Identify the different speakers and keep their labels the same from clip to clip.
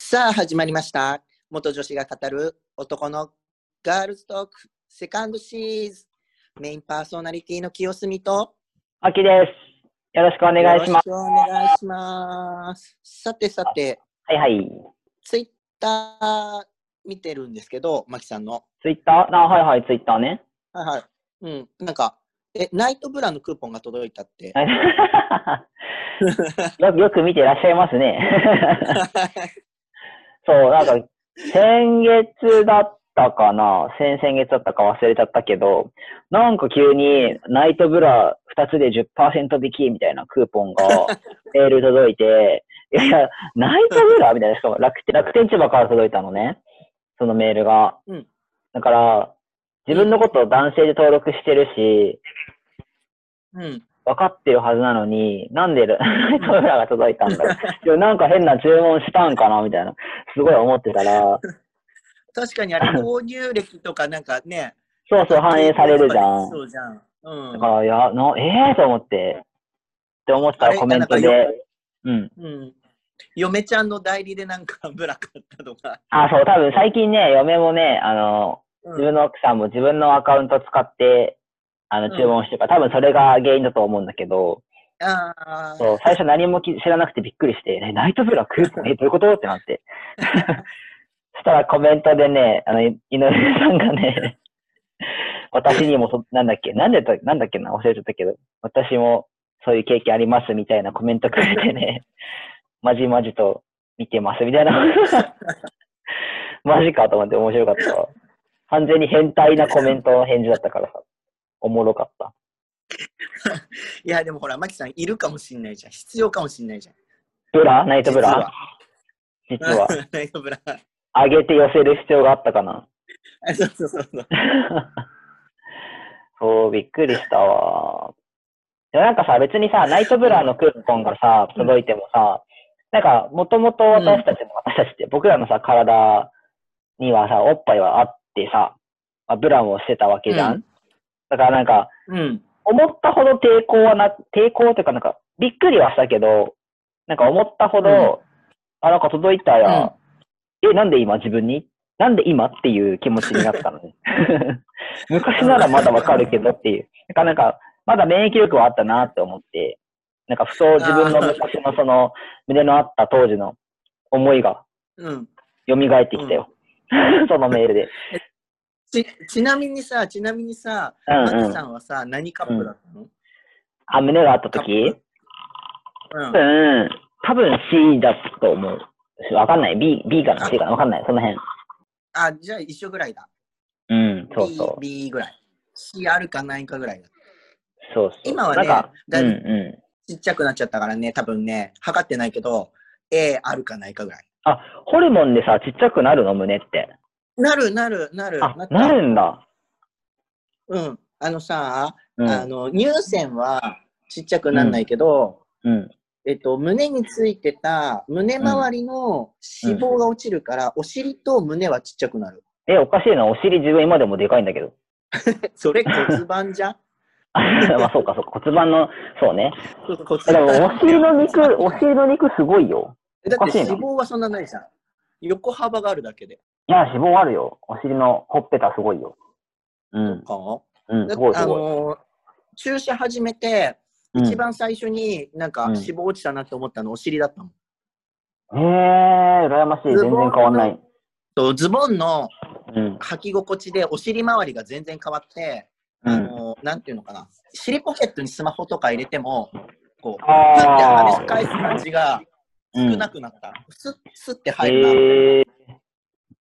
Speaker 1: さあ始まりました元女子が語る男のガールズトークセカンドシーズンメインパーソナリティの清澄と
Speaker 2: 秋です。よろしくお願いします。
Speaker 1: よろしくお願いしますさてさて
Speaker 2: はいはい。
Speaker 1: ツイッター見てるんですけどマキさんの
Speaker 2: ツイッターあ、はいはい、ツイッターね。
Speaker 1: はいはいうんなんかえナイトブラのクーポンが届いたって
Speaker 2: はい よよく見てらっしゃいますね。そう、なんか、先月だったかな先々月だったか忘れちゃったけど、なんか急にナイトブラ2つで10%引きみたいなクーポ ンがメール届いて、いや、ナイトブラみたいな、しかも楽天楽天市場から届いたのね。そのメールが。
Speaker 1: うん
Speaker 2: だから、自分のことを男性で登録してるし、
Speaker 1: うん
Speaker 2: 分かってるはずなのに、なんで ナイトブラが届いたんだろう。いやなんか変な注文したんかなみたいな。すごい思ってたら、
Speaker 1: 確かにあれ購入歴とかなんかね
Speaker 2: そうそう反映されるじゃん。
Speaker 1: そうじゃんう
Speaker 2: だ
Speaker 1: ん
Speaker 2: から、いや、なええー、と思って、って思った
Speaker 1: あ
Speaker 2: ら
Speaker 1: れ
Speaker 2: コメント
Speaker 1: なんかよ
Speaker 2: で、うん。
Speaker 1: うん。嫁ちゃんの代理でなんかブラ買ったとか。
Speaker 2: あ、そう、多分最近ね、嫁もね、あの、自分の奥さんも自分のアカウント使って、あ
Speaker 1: うん
Speaker 2: の、注文してるから、多分それが原因だと思うんだけど、
Speaker 1: ああー。
Speaker 2: そう、最初何もき知らなくてびっくりして、えナイトブラクーポン、え、どういうことってな って。そしたらコメントでね、あの、い井上さんがね、私にもそ、なんだっけ、なんでと、なんだっけな、忘れちゃったけど、私もそういう経験ありますみたいなコメントくれて ね、まじまじと見てますみたいな。 マジかと思って面白かったわ。完全に変態なコメントの返事だったからさ、おもろかった。
Speaker 1: いや、でもほら、マキさんいるかもしんないじゃん。必要かもしんないじゃん。
Speaker 2: ブラナイトブ
Speaker 1: 実
Speaker 2: ラ
Speaker 1: は
Speaker 2: 実は。
Speaker 1: ナイトブラ。
Speaker 2: 上げて寄せる必要があったかな。
Speaker 1: あそうそうそう そう。
Speaker 2: そう、びっくりしたわ。でもなんかさ、別にさ、ナイトブラのクーポンがさ、
Speaker 1: うん
Speaker 2: 届いてもさ、なんか、もともと私たちも、私たちって、僕らのさ、体にはさ、おっぱいはあってさ、まあ、ブラもしてたわけじゃん。
Speaker 1: うん
Speaker 2: だからなんか、
Speaker 1: うん。
Speaker 2: 思ったほど抵抗はな、抵抗というかなんか、びっくりはしたけど、なんか思ったほど、
Speaker 1: うん
Speaker 2: あ、なんか届いたや、え、なんで今自分になんで今っていう気持ちになった のね。昔ならまだわかるけどっていう。なんかなんか、まだ免疫力はあったなって思って、なんかふと自分の昔のその、胸のあった当時の思いが
Speaker 1: うん。
Speaker 2: 蘇ってきたよ。 そのメールで。
Speaker 1: ち、ちなみにさ、ちなみにさ、
Speaker 2: うん
Speaker 1: マ
Speaker 2: う
Speaker 1: キ
Speaker 2: ん
Speaker 1: さ。んはさ、何カップだったの
Speaker 2: あ、胸があった
Speaker 1: カッ
Speaker 2: 時
Speaker 1: プう
Speaker 2: 多
Speaker 1: ん。
Speaker 2: 分、多分 C だと思う。わかんない。B、B かな C かなわかんない。その辺。
Speaker 1: あ、じゃあ一緒ぐらいだ。
Speaker 2: うん、そうそう。
Speaker 1: B、B ぐらい。C あるかないかぐらいだ。
Speaker 2: そうそう。
Speaker 1: 今は
Speaker 2: な
Speaker 1: ね
Speaker 2: んか、
Speaker 1: だ
Speaker 2: う
Speaker 1: い
Speaker 2: ん
Speaker 1: ぶ
Speaker 2: うん。
Speaker 1: ちっちゃくなっちゃったからね、多分ね、測ってないけど、A あるかないかぐらい。
Speaker 2: あ、ホルモンでさ、ちっちゃくなるの胸って。
Speaker 1: なるなるなる。
Speaker 2: あ
Speaker 1: なっ、た
Speaker 2: なるんだ。
Speaker 1: うん。あのさ、
Speaker 2: うん。
Speaker 1: あの乳腺はちっちゃくなんないけど、
Speaker 2: うん、
Speaker 1: えっと、胸についてた胸周りの脂肪が落ちるから、お尻と胸はちっちゃくなる。
Speaker 2: え、おかしいな。お尻自分今でもでかいんだけど。
Speaker 1: それ骨盤じゃん
Speaker 2: あまあ、そうか、そうか。骨盤の、そうね。
Speaker 1: そうそう骨
Speaker 2: えでも、
Speaker 1: 盤
Speaker 2: お尻 の肉、お尻の肉すごいよ。
Speaker 1: だ
Speaker 2: お
Speaker 1: っ
Speaker 2: かしていな
Speaker 1: 脂肪はそんなないじゃん。横幅があるだけで。
Speaker 2: いや、脂肪あるよ。お尻のほっぺたすごいよ。うん。
Speaker 1: かも
Speaker 2: うん、
Speaker 1: だ
Speaker 2: す
Speaker 1: っ
Speaker 2: ごい
Speaker 1: てあ
Speaker 2: すごい。
Speaker 1: のー注射始めて、
Speaker 2: うん
Speaker 1: 一番最初になんか
Speaker 2: うん
Speaker 1: 脂肪落ちたなって思ったのお尻だったもん。
Speaker 2: へえ、羨ましい。全
Speaker 1: ズ
Speaker 2: 然
Speaker 1: ボン
Speaker 2: 変
Speaker 1: の
Speaker 2: わんない。
Speaker 1: とズボンの
Speaker 2: うん。
Speaker 1: 履き心地でお尻周りが全然変わって、
Speaker 2: う
Speaker 1: あ
Speaker 2: ん。
Speaker 1: の、なんていうのかな、尻ポケットにスマホとか入れても、こう、ふって
Speaker 2: あー
Speaker 1: 跳ね返す感じが
Speaker 2: う
Speaker 1: 少
Speaker 2: ん
Speaker 1: なくなった。スッ、スッて入るな。
Speaker 2: へえ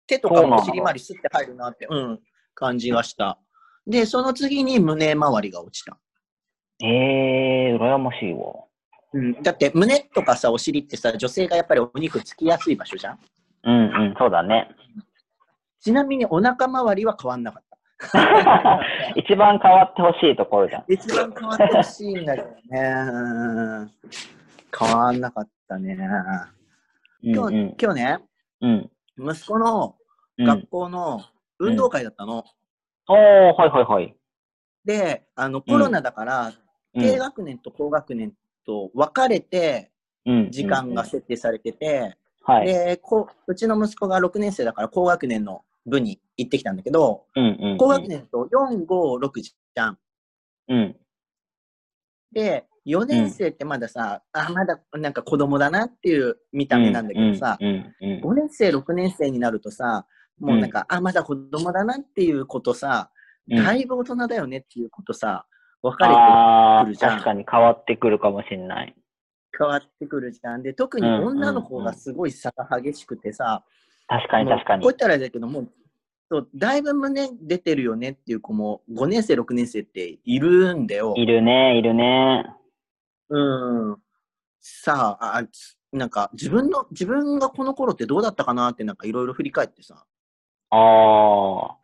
Speaker 1: 手とか
Speaker 2: そうなん
Speaker 1: も
Speaker 2: だ
Speaker 1: お尻周りスッて入るなって、うん、感じがした。で、その次に胸周りが落ちた。
Speaker 2: えー、羨ましいわ。
Speaker 1: うん、だって胸とかさ、お尻ってさ、女性がやっぱりお肉つきやすい場所じゃん
Speaker 2: うんうん、そうだね。
Speaker 1: ちなみにお腹周りは変わんなか った。
Speaker 2: 一番変わってほしいところじゃん。
Speaker 1: 一番変わってほしいんだけどね。うん変わんなかったね。今
Speaker 2: う
Speaker 1: 日、
Speaker 2: ん
Speaker 1: 今日ね、
Speaker 2: うん。うん
Speaker 1: 息子の
Speaker 2: うん。
Speaker 1: 学校の運動会だったの。
Speaker 2: おー、はいはいはい。
Speaker 1: で、あの、コロナだから、
Speaker 2: うん
Speaker 1: 低学年と高学年と分かれて、時間が設定されてて、
Speaker 2: はい。
Speaker 1: でこう、うちの息子が6年生だから高学年の部に行ってきたんだけど、
Speaker 2: うんうんうん。
Speaker 1: 高学年と4、5、6じゃん。
Speaker 2: うん。
Speaker 1: で、4年生ってまださ、あ、まだなんか子供だなっていう見た目なんだけどさ、
Speaker 2: うんうんうん
Speaker 1: 5年生、6年生になるとさ、もうなんか、あ、まだ子供だなっていうことさ、
Speaker 2: うん
Speaker 1: だいぶ大人だよねっていうことさ、分かれてく
Speaker 2: ああ
Speaker 1: る
Speaker 2: ー、
Speaker 1: じゃん
Speaker 2: 確かに変わってくるかもしれない。
Speaker 1: 変わってくるじゃん。で、特に女の子がすごい差が激しくてさ、
Speaker 2: 確かに
Speaker 1: もう
Speaker 2: 確かに
Speaker 1: こう。言ったらあれだけども、そうだいぶ胸出てるよねっていう子も、5年生、6年生っているんだよ。
Speaker 2: いるね、いるね。
Speaker 1: うん。さあ、あつなんか自分の、自分がこの頃ってどうだったかなってなんかいろいろ振り返ってさ。
Speaker 2: ああ。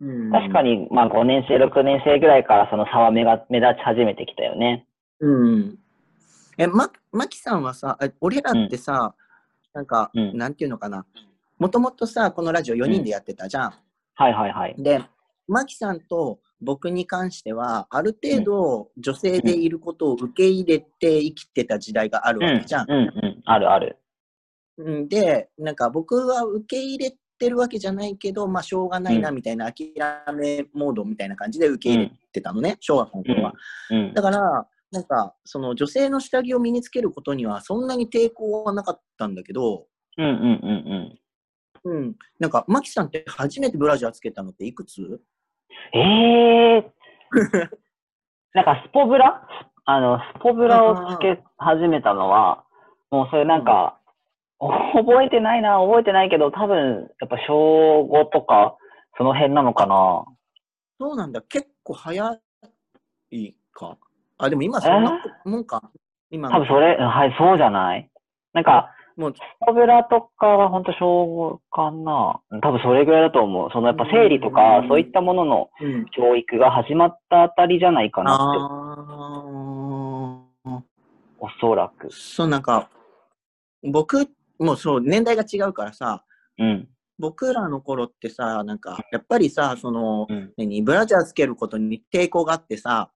Speaker 1: うん
Speaker 2: 確か。に、まあ5年生、6年生ぐらいからその差は目が目立ち始めてきたよね。
Speaker 1: うん。え、ま、まきさんはさ、え俺らってさ、なんか、
Speaker 2: うん
Speaker 1: なんていうのかな。もともとさ、このラジオ4人でやってたじゃん
Speaker 2: はいはいはい。
Speaker 1: で、マキさんと僕に関しては、ある程度女性でいることを受け入れて生きてた時代がある
Speaker 2: うん、う
Speaker 1: わ
Speaker 2: ん
Speaker 1: けじゃん。、
Speaker 2: うん。あるある。
Speaker 1: うんで、なんか僕は受け入れてるわけじゃないけど、まあしょうがないなみたいな諦めモードみたいな感じで受け入れてたのね、小学校の頃は。
Speaker 2: うん
Speaker 1: だ。から、なんかその女性の下着を身につけることにはそんなに抵抗はなかったんだけど、
Speaker 2: うんうんうんうん。
Speaker 1: うん、なんかマキさんって初めてブラジャーつけたのっていくつ
Speaker 2: ええー。 なんかスポブラあの、スポブラをつけ始めたのは、もうそれなんか、覚えてないな、覚えてないけど、多分、やっぱ小5とか、その辺なのかな。
Speaker 1: そうなんだ、結構早いか。あ、でも今そんなもんか。今
Speaker 2: 多分それ、はい、そうじゃない。なんか、
Speaker 1: もう、
Speaker 2: スポブラとかは本当小5かな。多分それぐらいだと思う。そのやっぱ生理と
Speaker 1: う
Speaker 2: か
Speaker 1: ん、
Speaker 2: そういったものの
Speaker 1: うん。
Speaker 2: 教育が始まったあたりじゃないかなって、
Speaker 1: ああ、
Speaker 2: おそらく。
Speaker 1: そうなんか、僕、もうそう、年代が違うからさ、
Speaker 2: うん。
Speaker 1: 僕らの頃ってさ、なんか、やっぱりさ、その、
Speaker 2: うん。
Speaker 1: 何ブラジャーつけることに抵抗があってさ、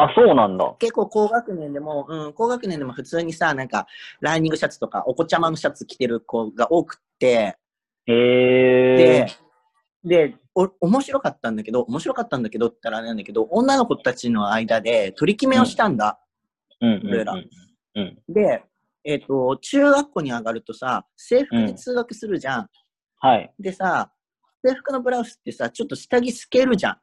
Speaker 2: あ、そうなんだ。
Speaker 1: 結構高学年でも、うん、高学年でも普通にさ、なんか、ランニングシャツとか、お子ちゃまのシャツ着てる子が多くって、
Speaker 2: へえ
Speaker 1: で。、で、お、面白かったんだけど、面白かったんだけどって言ったらあれなんだけど、女の子たちの間で取り決めをしたんだ。
Speaker 2: うんうん
Speaker 1: 俺ら
Speaker 2: うんうん。
Speaker 1: で、えっ、と、中学校に上がるとさ、制服で通学するじゃん。
Speaker 2: はい。
Speaker 1: でさ、制服のブラウスってさ、ちょっと下着透けるじゃん。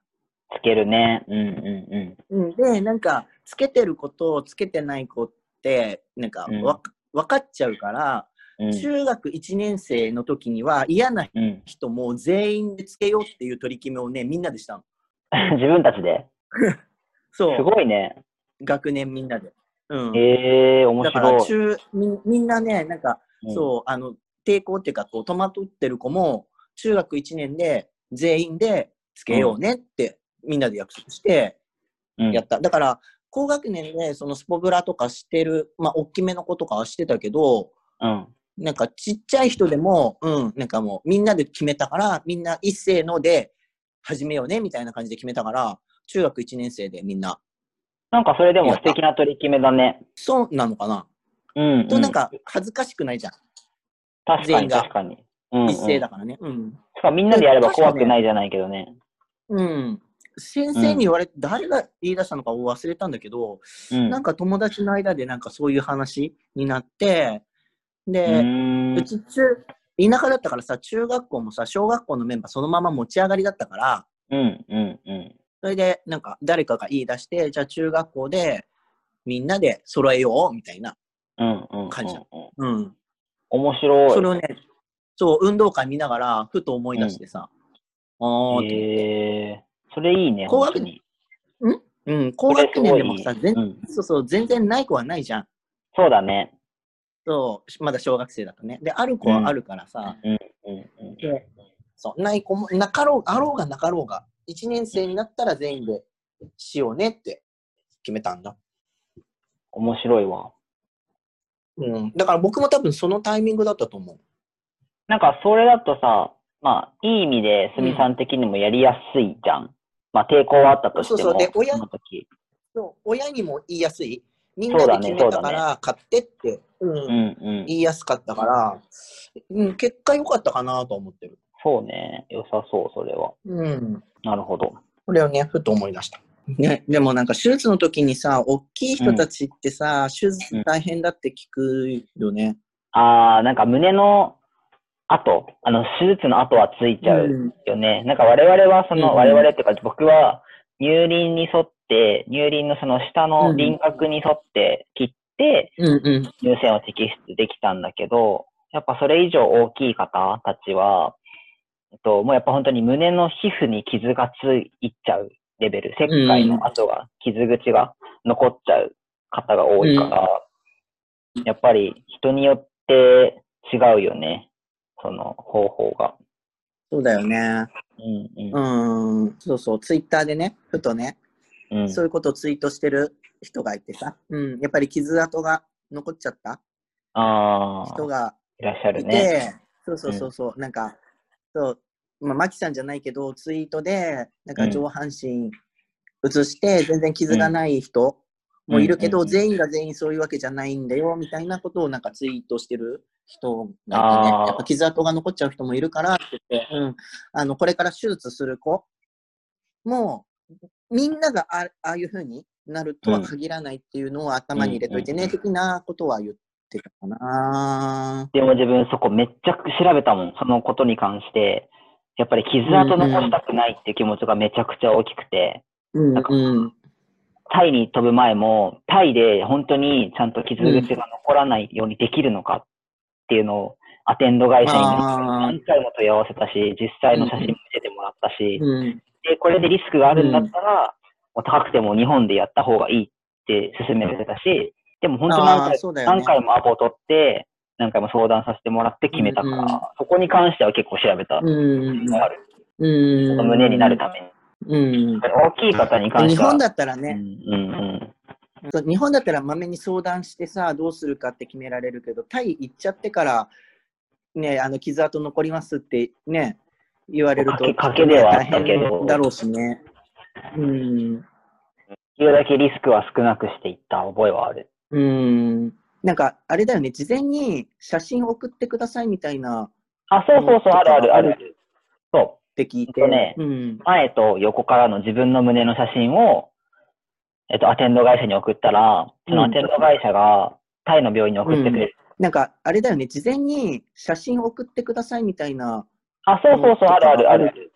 Speaker 2: つけるね。うんうんうん。
Speaker 1: うん、で、なんか、つけてる子とつけてない子って、なんか
Speaker 2: うん
Speaker 1: わ、分かっちゃうから、
Speaker 2: うん
Speaker 1: 中学1年生の時には嫌な
Speaker 2: うん、
Speaker 1: 人も全員でつけようっていう取り決めをね、みんなでしたの。
Speaker 2: 自分たちで。
Speaker 1: そう。
Speaker 2: すごいね。
Speaker 1: 学年みんなで。うん、
Speaker 2: へえ、面
Speaker 1: だか
Speaker 2: 白
Speaker 1: ら中
Speaker 2: い。
Speaker 1: みみんなね、なんか、
Speaker 2: うん
Speaker 1: そうあの抵抗っていうかこう戸惑ってる子も中学1年で全員でつけようねって、みんなで約束して
Speaker 2: うん。
Speaker 1: やった。だから高学年でそのスポブラとかしてる、まあ大きめの子とかはしてたけど、
Speaker 2: うん。
Speaker 1: なんかちっちゃい人でも、うん、なんかもうみんなで決めたから、みんな一斉ので始めようねみたいな感じで決めたから、中学1年生でみんな、
Speaker 2: なんかそれでも素敵な取り決めだね。
Speaker 1: そうなのかな
Speaker 2: うん、うん。
Speaker 1: となんか恥ずかしくないじゃん。
Speaker 2: 確
Speaker 1: 全
Speaker 2: か
Speaker 1: 員
Speaker 2: に
Speaker 1: が
Speaker 2: 確かに。うん、うん。
Speaker 1: 一斉だからね。うん。
Speaker 2: しかもみんなでやれば怖くないじゃないけどね。
Speaker 1: うん。先生に言われて、誰が言い出したのかを忘れたんだけど、
Speaker 2: うん。
Speaker 1: なんか友達の間でなんかそういう話になって、
Speaker 2: う
Speaker 1: で、
Speaker 2: ー。
Speaker 1: うんち中、田舎だったからさ、中学校もさ、小学校のメンバーそのまま持ち上がりだったから、
Speaker 2: うん、うん、うん。
Speaker 1: それでなんか誰かが言い出して、じゃあ中学校でみんなで揃えようみたいな。
Speaker 2: うん、うん。
Speaker 1: 感じだ
Speaker 2: うんうん
Speaker 1: うん。
Speaker 2: 面白い。
Speaker 1: それをね、そう、運動会見ながらふと思い出してさ、ああ、
Speaker 2: へえ。それいいね、
Speaker 1: 高
Speaker 2: 本
Speaker 1: 学
Speaker 2: 当に。
Speaker 1: うん、高学年でも
Speaker 2: そ
Speaker 1: さ、
Speaker 2: れすごい
Speaker 1: 全
Speaker 2: いいうん
Speaker 1: そうそう、全然ない子はないじゃん。
Speaker 2: そうだね。
Speaker 1: そう、しまだ小学生だとね。で、ある子はあるからさ、
Speaker 2: うん、うん。
Speaker 1: でそう、ない子も、なかろう、あろうがなかろうが、1年生になったら全員でしようねって決めたんだ。
Speaker 2: 面白いわ。
Speaker 1: うん、だから僕も多分そのタイミングだったと思う。
Speaker 2: なんかそれだとさ、まあ、いい意味で、すみさん的にもやりやすいじゃん。まあ、抵抗はあったとしても、
Speaker 1: そうそうで親
Speaker 2: その時。
Speaker 1: そう親にも言いやすい。みんな
Speaker 2: そうだ
Speaker 1: で
Speaker 2: ね
Speaker 1: 決め
Speaker 2: そ
Speaker 1: た
Speaker 2: うだ
Speaker 1: か
Speaker 2: ね
Speaker 1: ら買ってって、うん
Speaker 2: うんうん。
Speaker 1: 言いやすかったから、うん、結果良かったかなと思ってる。
Speaker 2: そうね。良さそう、それは。
Speaker 1: うん。
Speaker 2: なるほど。
Speaker 1: これをね、ふと思い出した。ね、でもなんか手術の時にさ、大きい人たちってさ、手術大変だって聞くよね。
Speaker 2: あー、なんか胸の後、あの、手術の後はついちゃうよね。なんか我々は、その、
Speaker 1: うん
Speaker 2: 我々っていうか僕は、乳輪に沿って、乳輪のその下の輪郭に沿って切って、
Speaker 1: うんうん。
Speaker 2: 乳腺を摘出できたんだけど、やっぱそれ以上大きい方たちは、えっと、もうやっぱ本当に胸の皮膚に傷がついちゃうレベル、切開の跡が、傷口が残っちゃう方が多いから、やっぱり人によって違うよね、その方法が。
Speaker 1: そうだよね。
Speaker 2: うんう
Speaker 1: うんん。そうそう、ツイッターでね、ふとね、
Speaker 2: うん、
Speaker 1: そういうことをツイートしてる人がいてさ、うん、やっぱり傷跡が残っちゃった
Speaker 2: ああ
Speaker 1: 人、が
Speaker 2: いらっしゃる
Speaker 1: いて、
Speaker 2: ね。
Speaker 1: そうそうそうそう、なんか、そう、まあ、マキさんじゃないけど、ツイートで、なんか上半身映して、全然傷がない人もいるけど、
Speaker 2: うんうんうん
Speaker 1: 全員が全員そういうわけじゃないんだよ、みたいなことをなんかツイートしてる人がいてね
Speaker 2: あー、
Speaker 1: やっぱ傷跡が残っちゃう人もいるからって言って、うん、あの、これから手術する子も、みんながあああいうふうになるとは限らないっていうのを頭に入れといてね、
Speaker 2: うんうん
Speaker 1: 的なことは言ってたかな。
Speaker 2: でも自分そこめっちゃ調べたもん、そのことに関して。やっぱり傷跡残したくないっていう気持ちがめちゃくちゃ大きくて、
Speaker 1: うん
Speaker 2: なんかタイに飛ぶ前も、タイで本当にちゃんと傷口が残らないようにできるのかっていうのを、アテンド会社に
Speaker 1: あー
Speaker 2: 何回も問い合わせたし、実際の写真見せてもらったし、
Speaker 1: うん
Speaker 2: で、これでリスクがあるんだったら、もう高くても日本でやった方がいいって勧められたし、でも本当何
Speaker 1: あー
Speaker 2: 回,、
Speaker 1: そうだよね
Speaker 2: 何回もアポを取って、何回も相談させてもらって決めたから、
Speaker 1: うんうん
Speaker 2: そこに関しては結構調べた。
Speaker 1: うん
Speaker 2: ある
Speaker 1: うん
Speaker 2: 胸になるために。
Speaker 1: うん
Speaker 2: 大きい方に関し
Speaker 1: 日
Speaker 2: ては。
Speaker 1: 本だったら
Speaker 2: うん
Speaker 1: ね、
Speaker 2: うん
Speaker 1: そう日本だったらまめに相談してさ、どうするかって決められるけど、タイ行っちゃってから、ね、あの傷跡残りますってね、言われると、
Speaker 2: 賭け賭けではあっ
Speaker 1: 大
Speaker 2: たけど
Speaker 1: 変だろうしね。うん
Speaker 2: できるだけリスクは少なくしていった覚えはある。
Speaker 1: うんなんか、あれだよね、事前に写真送ってくださいみたいなっ
Speaker 2: あ、そうそうそう、あるあるある。そ
Speaker 1: て聞い
Speaker 2: ほ
Speaker 1: て、
Speaker 2: んとね
Speaker 1: うん
Speaker 2: う。前と横からの自分の胸の写真を、えっと、アテンド会社に送ったら、そのアテンド会社がタイの病院に送ってくれる。
Speaker 1: なんか、あれだよね、事前に写真送ってくださいみたいな
Speaker 2: あ、そうそうそう、あるあるある。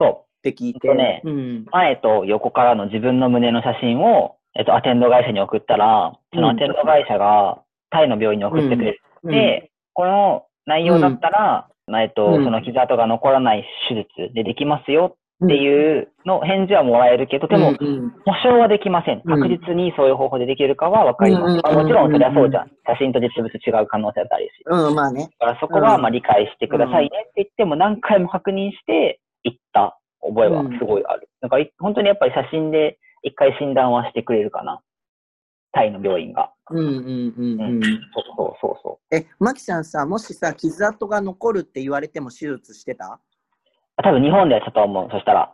Speaker 2: そ
Speaker 1: って聞いて、
Speaker 2: ほんとね
Speaker 1: うん
Speaker 2: う。前と横からの自分の胸の写真を、えっと、アテンド会社に送ったら、そのアテンド会社がタイの病院に送ってくれる。
Speaker 1: うん
Speaker 2: で、この内容だったら、まあえっと、
Speaker 1: うん
Speaker 2: その傷跡が残らない手術でできますよっていうの返事はもらえるけど、でも、
Speaker 1: うんうん
Speaker 2: 保証はできません。
Speaker 1: うん
Speaker 2: 確実にそういう方法でできるかは分かりません。まあ
Speaker 1: うんうんうんうん
Speaker 2: もちろんそれはそうじゃん。写真と実物違う可能性だったりし。
Speaker 1: うん、まあね。
Speaker 2: だからそこは
Speaker 1: うん
Speaker 2: まあ理解してくださいねって言っても何回も確認して行った覚えはすごいある。なんかい本当にやっぱり写真で一回診断はしてくれるかな。タイの病院が。
Speaker 1: うんうんうんうん。
Speaker 2: そうそうそうそう。
Speaker 1: え、マキさんさ、もしさ、傷跡が残るって言われても手術してた
Speaker 2: 多分日本でやったと思う。そしたら。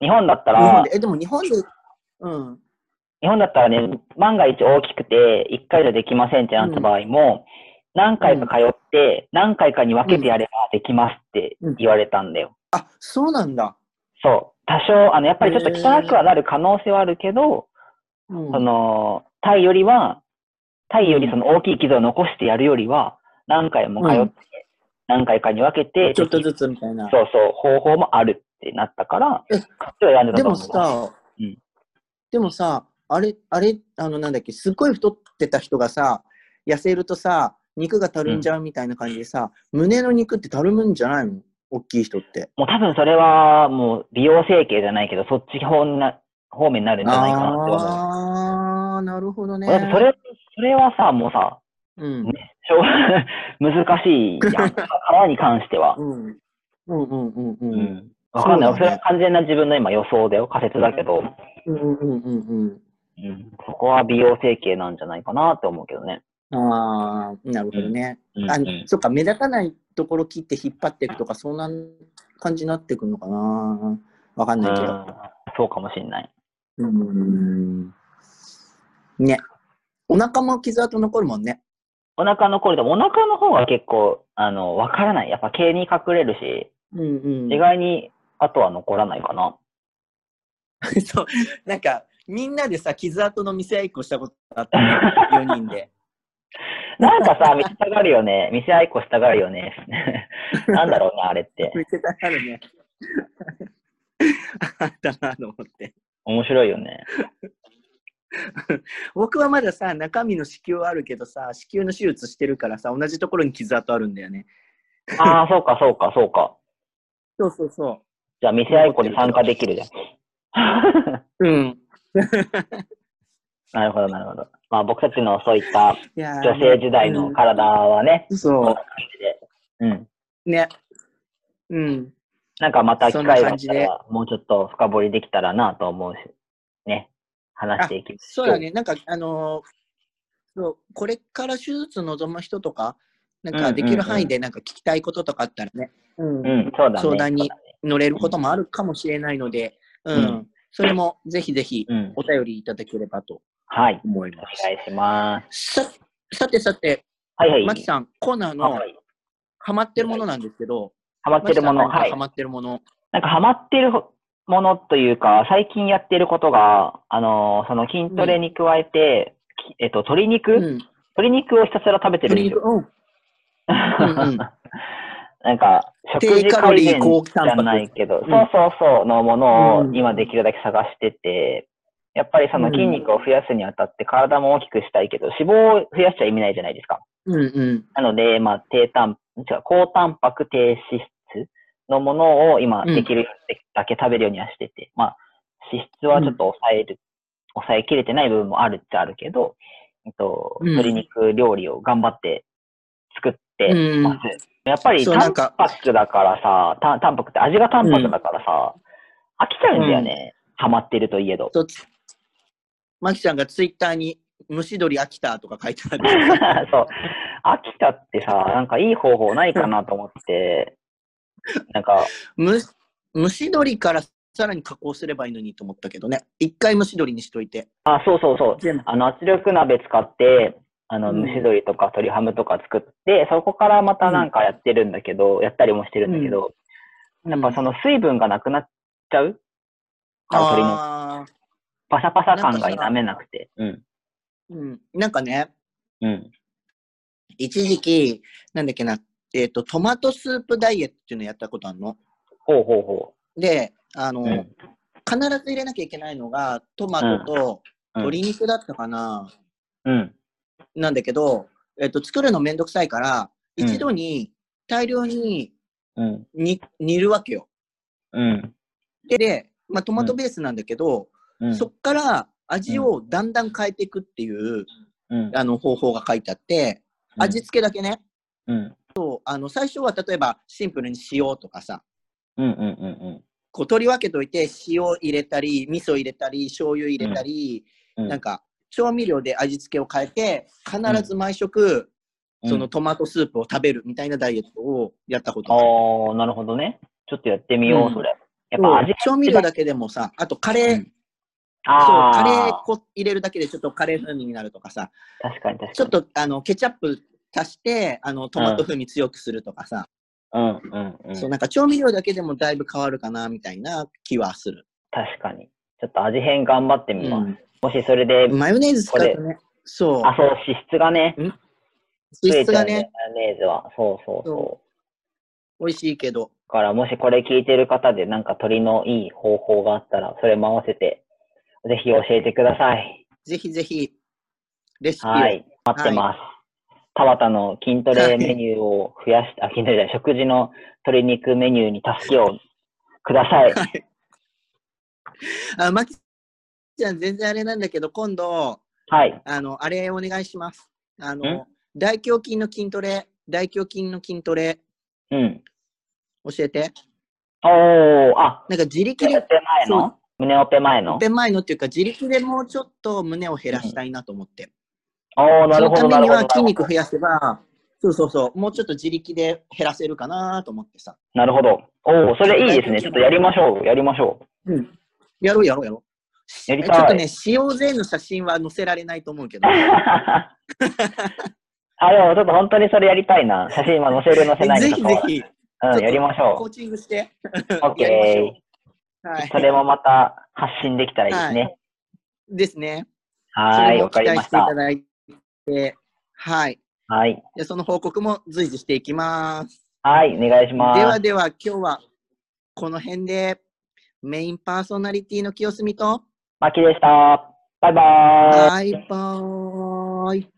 Speaker 2: 日本だった
Speaker 1: 日本
Speaker 2: ら
Speaker 1: で、。え、でも日本で、うん。
Speaker 2: 日本だったらね、万が一大きくて、1回じゃできませんってなった場合も、何回か通って、何回かに分けてやればできますって言われたんだよ。
Speaker 1: あ、そうなんだ。
Speaker 2: そう。多少、あの、やっぱりちょっと汚くはなる可能性はあるけど、
Speaker 1: うん
Speaker 2: その、タイよりは、タイよりその大きい傷を残してやるよりは、何回も通って、
Speaker 1: うん
Speaker 2: 何回かに分けて、
Speaker 1: ちょっとずつみたいな。
Speaker 2: そうそう、方法もあるってなったから、
Speaker 1: え
Speaker 2: そっちを選んでた
Speaker 1: で
Speaker 2: と
Speaker 1: も
Speaker 2: 思う。
Speaker 1: さ、
Speaker 2: うん
Speaker 1: でもさ、あれ、あれ、あの、なんだっけ、すっごい太ってた人がさ、痩せるとさ、肉がたるんじゃうみたいな感じでさ、胸の肉ってたるむんじゃないの大きい人って。
Speaker 2: もう多分それは、もう美容整形じゃないけど、そっち方な方面になるんじゃないかなって思う。
Speaker 1: あー、なるほどね。
Speaker 2: だってそれ、それはさ、もうさ、
Speaker 1: うん。
Speaker 2: しょう難しい やん。皮に関しては
Speaker 1: う。ん。うんうんうんう。
Speaker 2: うんん。わかんない。
Speaker 1: そうだね
Speaker 2: それは完全な自分の今予想だよ。仮説だけど。
Speaker 1: うんうんうんうん
Speaker 2: うん。そこは美容整形なんじゃないかなって思うけどね。
Speaker 1: うん。ああ、なるほどね。
Speaker 2: うん
Speaker 1: あ
Speaker 2: うん
Speaker 1: そっか、目立たないところ切って引っ張っていくとか、そんな感じになってくるのかな。わかん
Speaker 2: う
Speaker 1: ないけど。
Speaker 2: んそうかもしんない。
Speaker 1: うん。ね。お腹も傷跡残るもんね。
Speaker 2: お腹残ると、お腹の方は結構、あの、わからない。やっぱ毛に隠れるし、
Speaker 1: うんうん
Speaker 2: 意外に、あとは残らないか な。
Speaker 1: そう、なんか、みんなでさ、傷跡の見せ合いっこしたことあ ったの、4人で。
Speaker 2: なんかさ、見せたがるよね。見せ合いっこしたがるよね。 なんだろうな、あれって。
Speaker 1: 見せたがるね。 あったなと思って。
Speaker 2: 面白いよね。
Speaker 1: 僕はまださ、中身の子宮はあるけどさ、子宮の手術してるからさ、同じところに傷跡あるんだよね。
Speaker 2: ああ、そうか、そうか、そうか。
Speaker 1: そうそうそ
Speaker 2: じゃあ、見せ合いっこに参加できるじゃん。
Speaker 1: う。うん。
Speaker 2: なるほど、なるほど。まあ、僕たちのそういった
Speaker 1: いやー
Speaker 2: 女性時代の体はね、
Speaker 1: うんそ
Speaker 2: うん。
Speaker 1: う。ね。うん。
Speaker 2: なんかまた機会があっ
Speaker 1: そん
Speaker 2: た
Speaker 1: な
Speaker 2: ら、もうちょっと深掘りできたらなと思うし、ね。話していきましょ
Speaker 1: そうだね、なんか、あのーそうこれから手術望む人とか、なん
Speaker 2: うんうんう
Speaker 1: か
Speaker 2: ん
Speaker 1: できる範囲でなんか聞きたいこととかあったらね、うん
Speaker 2: うん、そうだね。
Speaker 1: 相談に
Speaker 2: そうだね
Speaker 1: 乗れることもあるかもしれないので、うん
Speaker 2: うん
Speaker 1: それもぜひぜひ
Speaker 2: うん
Speaker 1: お。便りいただければと
Speaker 2: はい。
Speaker 1: 思い
Speaker 2: お
Speaker 1: ま
Speaker 2: 願いします。
Speaker 1: す。ささてさて、
Speaker 2: はいはい。
Speaker 1: マキさん、コーナー
Speaker 2: あ
Speaker 1: の
Speaker 2: はい
Speaker 1: ハマってるものなんですけど、
Speaker 2: ハマってるも
Speaker 1: マ
Speaker 2: の、
Speaker 1: キさん
Speaker 2: は
Speaker 1: 何
Speaker 2: い
Speaker 1: かハ。マってるもの、
Speaker 2: なんかハマってるものというか、最近やってることが、あのーその筋トレに加えて、きえっと、鶏肉、
Speaker 1: うん、
Speaker 2: 鶏肉をひたすら食べてるん
Speaker 1: 鶏
Speaker 2: です
Speaker 1: 肉、
Speaker 2: よ。
Speaker 1: うん、うんうん
Speaker 2: なんか、食
Speaker 1: 低
Speaker 2: 事
Speaker 1: カロ
Speaker 2: 改
Speaker 1: リ
Speaker 2: 善
Speaker 1: ー高
Speaker 2: じ
Speaker 1: タン
Speaker 2: ゃな
Speaker 1: パ
Speaker 2: いけど、
Speaker 1: ん
Speaker 2: そうそうそうのものを
Speaker 1: うん
Speaker 2: 今できるだけ探してて、やっぱりその筋肉を増やすにあたって体も大きくしたいけど、脂肪を増やしちゃ意味ないじゃないですか。
Speaker 1: ク。うんうん
Speaker 2: なので、まあ、低タン、違う、高タンパク低脂質のものを今、
Speaker 1: うん
Speaker 2: できるだけ食べるようにはしてて、まあ、脂質はちょっと抑える、抑えきれてない部分もあるっちゃあるけど、えっと、
Speaker 1: うん
Speaker 2: 鶏肉料理を頑張って作ってます。やっぱり、
Speaker 1: そう
Speaker 2: タ
Speaker 1: なん
Speaker 2: ン
Speaker 1: か
Speaker 2: パクだからさ、タンタンパクって味がタンパクだからさ、飽きちゃうんだよね。ハマってると いえど。
Speaker 1: とつマキさんがツイッターに虫鳥飽きたとか書いてある。
Speaker 2: そう。秋田ってさ、なんかいい方法ないかなと思って、なんか、
Speaker 1: む虫鳥からさらに加工すればいいのにと思ったけどね。一回虫鳥にしといて。
Speaker 2: あ、そうそうそう。
Speaker 1: 全部。
Speaker 2: あの、圧力鍋使って、あの、
Speaker 1: うん
Speaker 2: 蒸し鶏とか鶏ハムとか作って、そこからまたなんかやってるんだけど、やったりもしてるんだけど、やっぱその水分がなくなっちゃうから鶏の
Speaker 1: あ
Speaker 2: パサパサ感
Speaker 1: な
Speaker 2: が
Speaker 1: んかさ
Speaker 2: 否めなくて。うん。
Speaker 1: ーうん。なんかね、
Speaker 2: うん。
Speaker 1: 一時期、なんだっけな、えっ、と、トマトスープダイエットっていうのやったことあるの。
Speaker 2: ほうほうほ
Speaker 1: で、あの、
Speaker 2: う。うん。
Speaker 1: 必ず入れなきゃいけないのが、トマトと
Speaker 2: うん
Speaker 1: 鶏肉だったかな。
Speaker 2: うん。
Speaker 1: なんだけど、えっ、と、作るのめんどくさいから、
Speaker 2: うん
Speaker 1: 一度に大量に
Speaker 2: うん。
Speaker 1: に煮るわけよ。
Speaker 2: うん。
Speaker 1: で、まあ、トマトベースなんだけど、
Speaker 2: うん。
Speaker 1: そっから味をだんだん変えていくっていう、
Speaker 2: うん。
Speaker 1: あの方法が書いてあって、味付けだけね、
Speaker 2: うん。
Speaker 1: そうあの最初は例えばシンプルに塩とかさ、
Speaker 2: うん。うん。うん。
Speaker 1: こう取り分けといて塩入れたり、味噌入れたり、醤油入れたり、
Speaker 2: うん。
Speaker 1: なんか調味料で味付けを変えて、必ず毎食、
Speaker 2: うん
Speaker 1: その、トマトスープを食べるみたいなダイエットをやったこと
Speaker 2: あ
Speaker 1: ある。
Speaker 2: ー、なるほどね。ちょっとやってみ
Speaker 1: う
Speaker 2: よう、
Speaker 1: ん
Speaker 2: それ。やっぱ味
Speaker 1: そう調味料だけでもさ、あとカレー、
Speaker 2: うん
Speaker 1: そう
Speaker 2: あ
Speaker 1: カレー
Speaker 2: ー、
Speaker 1: 粉入れるだけでちょっとカレー風味になるとかさ、
Speaker 2: 確かに確かに。
Speaker 1: ちょっとあのケチャップ足してあのトマト風味強くするとかさ、
Speaker 2: うんうんうん。
Speaker 1: そうなんか調味料だけでもだいぶ変わるかなみたいな気はする。
Speaker 2: 確かに。ちょっと味変頑張ってみます。
Speaker 1: う
Speaker 2: もしそれで、
Speaker 1: んマヨネーズ使ってね、そ
Speaker 2: あ、そう、脂質がね、
Speaker 1: う、脂質が
Speaker 2: 増
Speaker 1: ね、
Speaker 2: えちゃうんだよマヨネーズは。そうそうそう。
Speaker 1: そ美味しいけど、
Speaker 2: だから、もしこれ聞いてる方で、なんか鳥のいい方法があったら、それも合わせて、ぜひ教えてください。
Speaker 1: ぜひぜひレシピを。
Speaker 2: はい。待ってます。田畑の筋トレメニューを増やして、あ、筋トレじゃない、食事の鶏肉メニューに助けをください。
Speaker 1: あ、マキちゃん、全然あれなんだけど、今度、
Speaker 2: はい。
Speaker 1: あの、あれお願いします。あの
Speaker 2: ん、
Speaker 1: 大胸筋の筋トレ、大胸筋の筋トレ、
Speaker 2: うん。
Speaker 1: 教えて。
Speaker 2: おー、あ、
Speaker 1: なんか自力
Speaker 2: 胸
Speaker 1: で
Speaker 2: オペ前の胸オペ前の
Speaker 1: オペ前のっていうか、自力でもうちょっと胸を減らしたいなと思って。
Speaker 2: おー、な
Speaker 1: その
Speaker 2: るほ
Speaker 1: た
Speaker 2: ど、
Speaker 1: め
Speaker 2: なる
Speaker 1: に
Speaker 2: ほど。
Speaker 1: は筋肉増やせば、そうそうそう、もうちょっと自力で減らせるかなと思ってさ。
Speaker 2: なるほど。おお、それいいですね。ちょっとやりましょう。やりましょ
Speaker 1: やろうやろうやろ
Speaker 2: やり
Speaker 1: えちょったと
Speaker 2: い。
Speaker 1: ね、使用税の写真は載せられないと思うけど。
Speaker 2: あ、でもちょっと本当にそれやりたいな。写真今載せる載せない
Speaker 1: ぜ
Speaker 2: に
Speaker 1: ひ
Speaker 2: 関
Speaker 1: ぜ
Speaker 2: わらず
Speaker 1: ひ、
Speaker 2: うん、やりまし
Speaker 1: コー
Speaker 2: ょ
Speaker 1: チングして。
Speaker 2: う。オッ
Speaker 1: やりましょ
Speaker 2: ケ
Speaker 1: うは
Speaker 2: ー。
Speaker 1: い
Speaker 2: そ。れもまた発信できたらいいですね。
Speaker 1: ですね。
Speaker 2: は
Speaker 1: そ
Speaker 2: ーい、
Speaker 1: れも
Speaker 2: わか
Speaker 1: 期待
Speaker 2: りま
Speaker 1: し
Speaker 2: して
Speaker 1: い
Speaker 2: た
Speaker 1: た。だいて、はい。
Speaker 2: はい。
Speaker 1: でその報告も随時していきます。
Speaker 2: はい、お願いし
Speaker 1: で
Speaker 2: ます。
Speaker 1: はでは、今日はこの辺で、メインパーソナリティの清澄と、
Speaker 2: マキでした。バイバーイ。
Speaker 1: バイバーイ。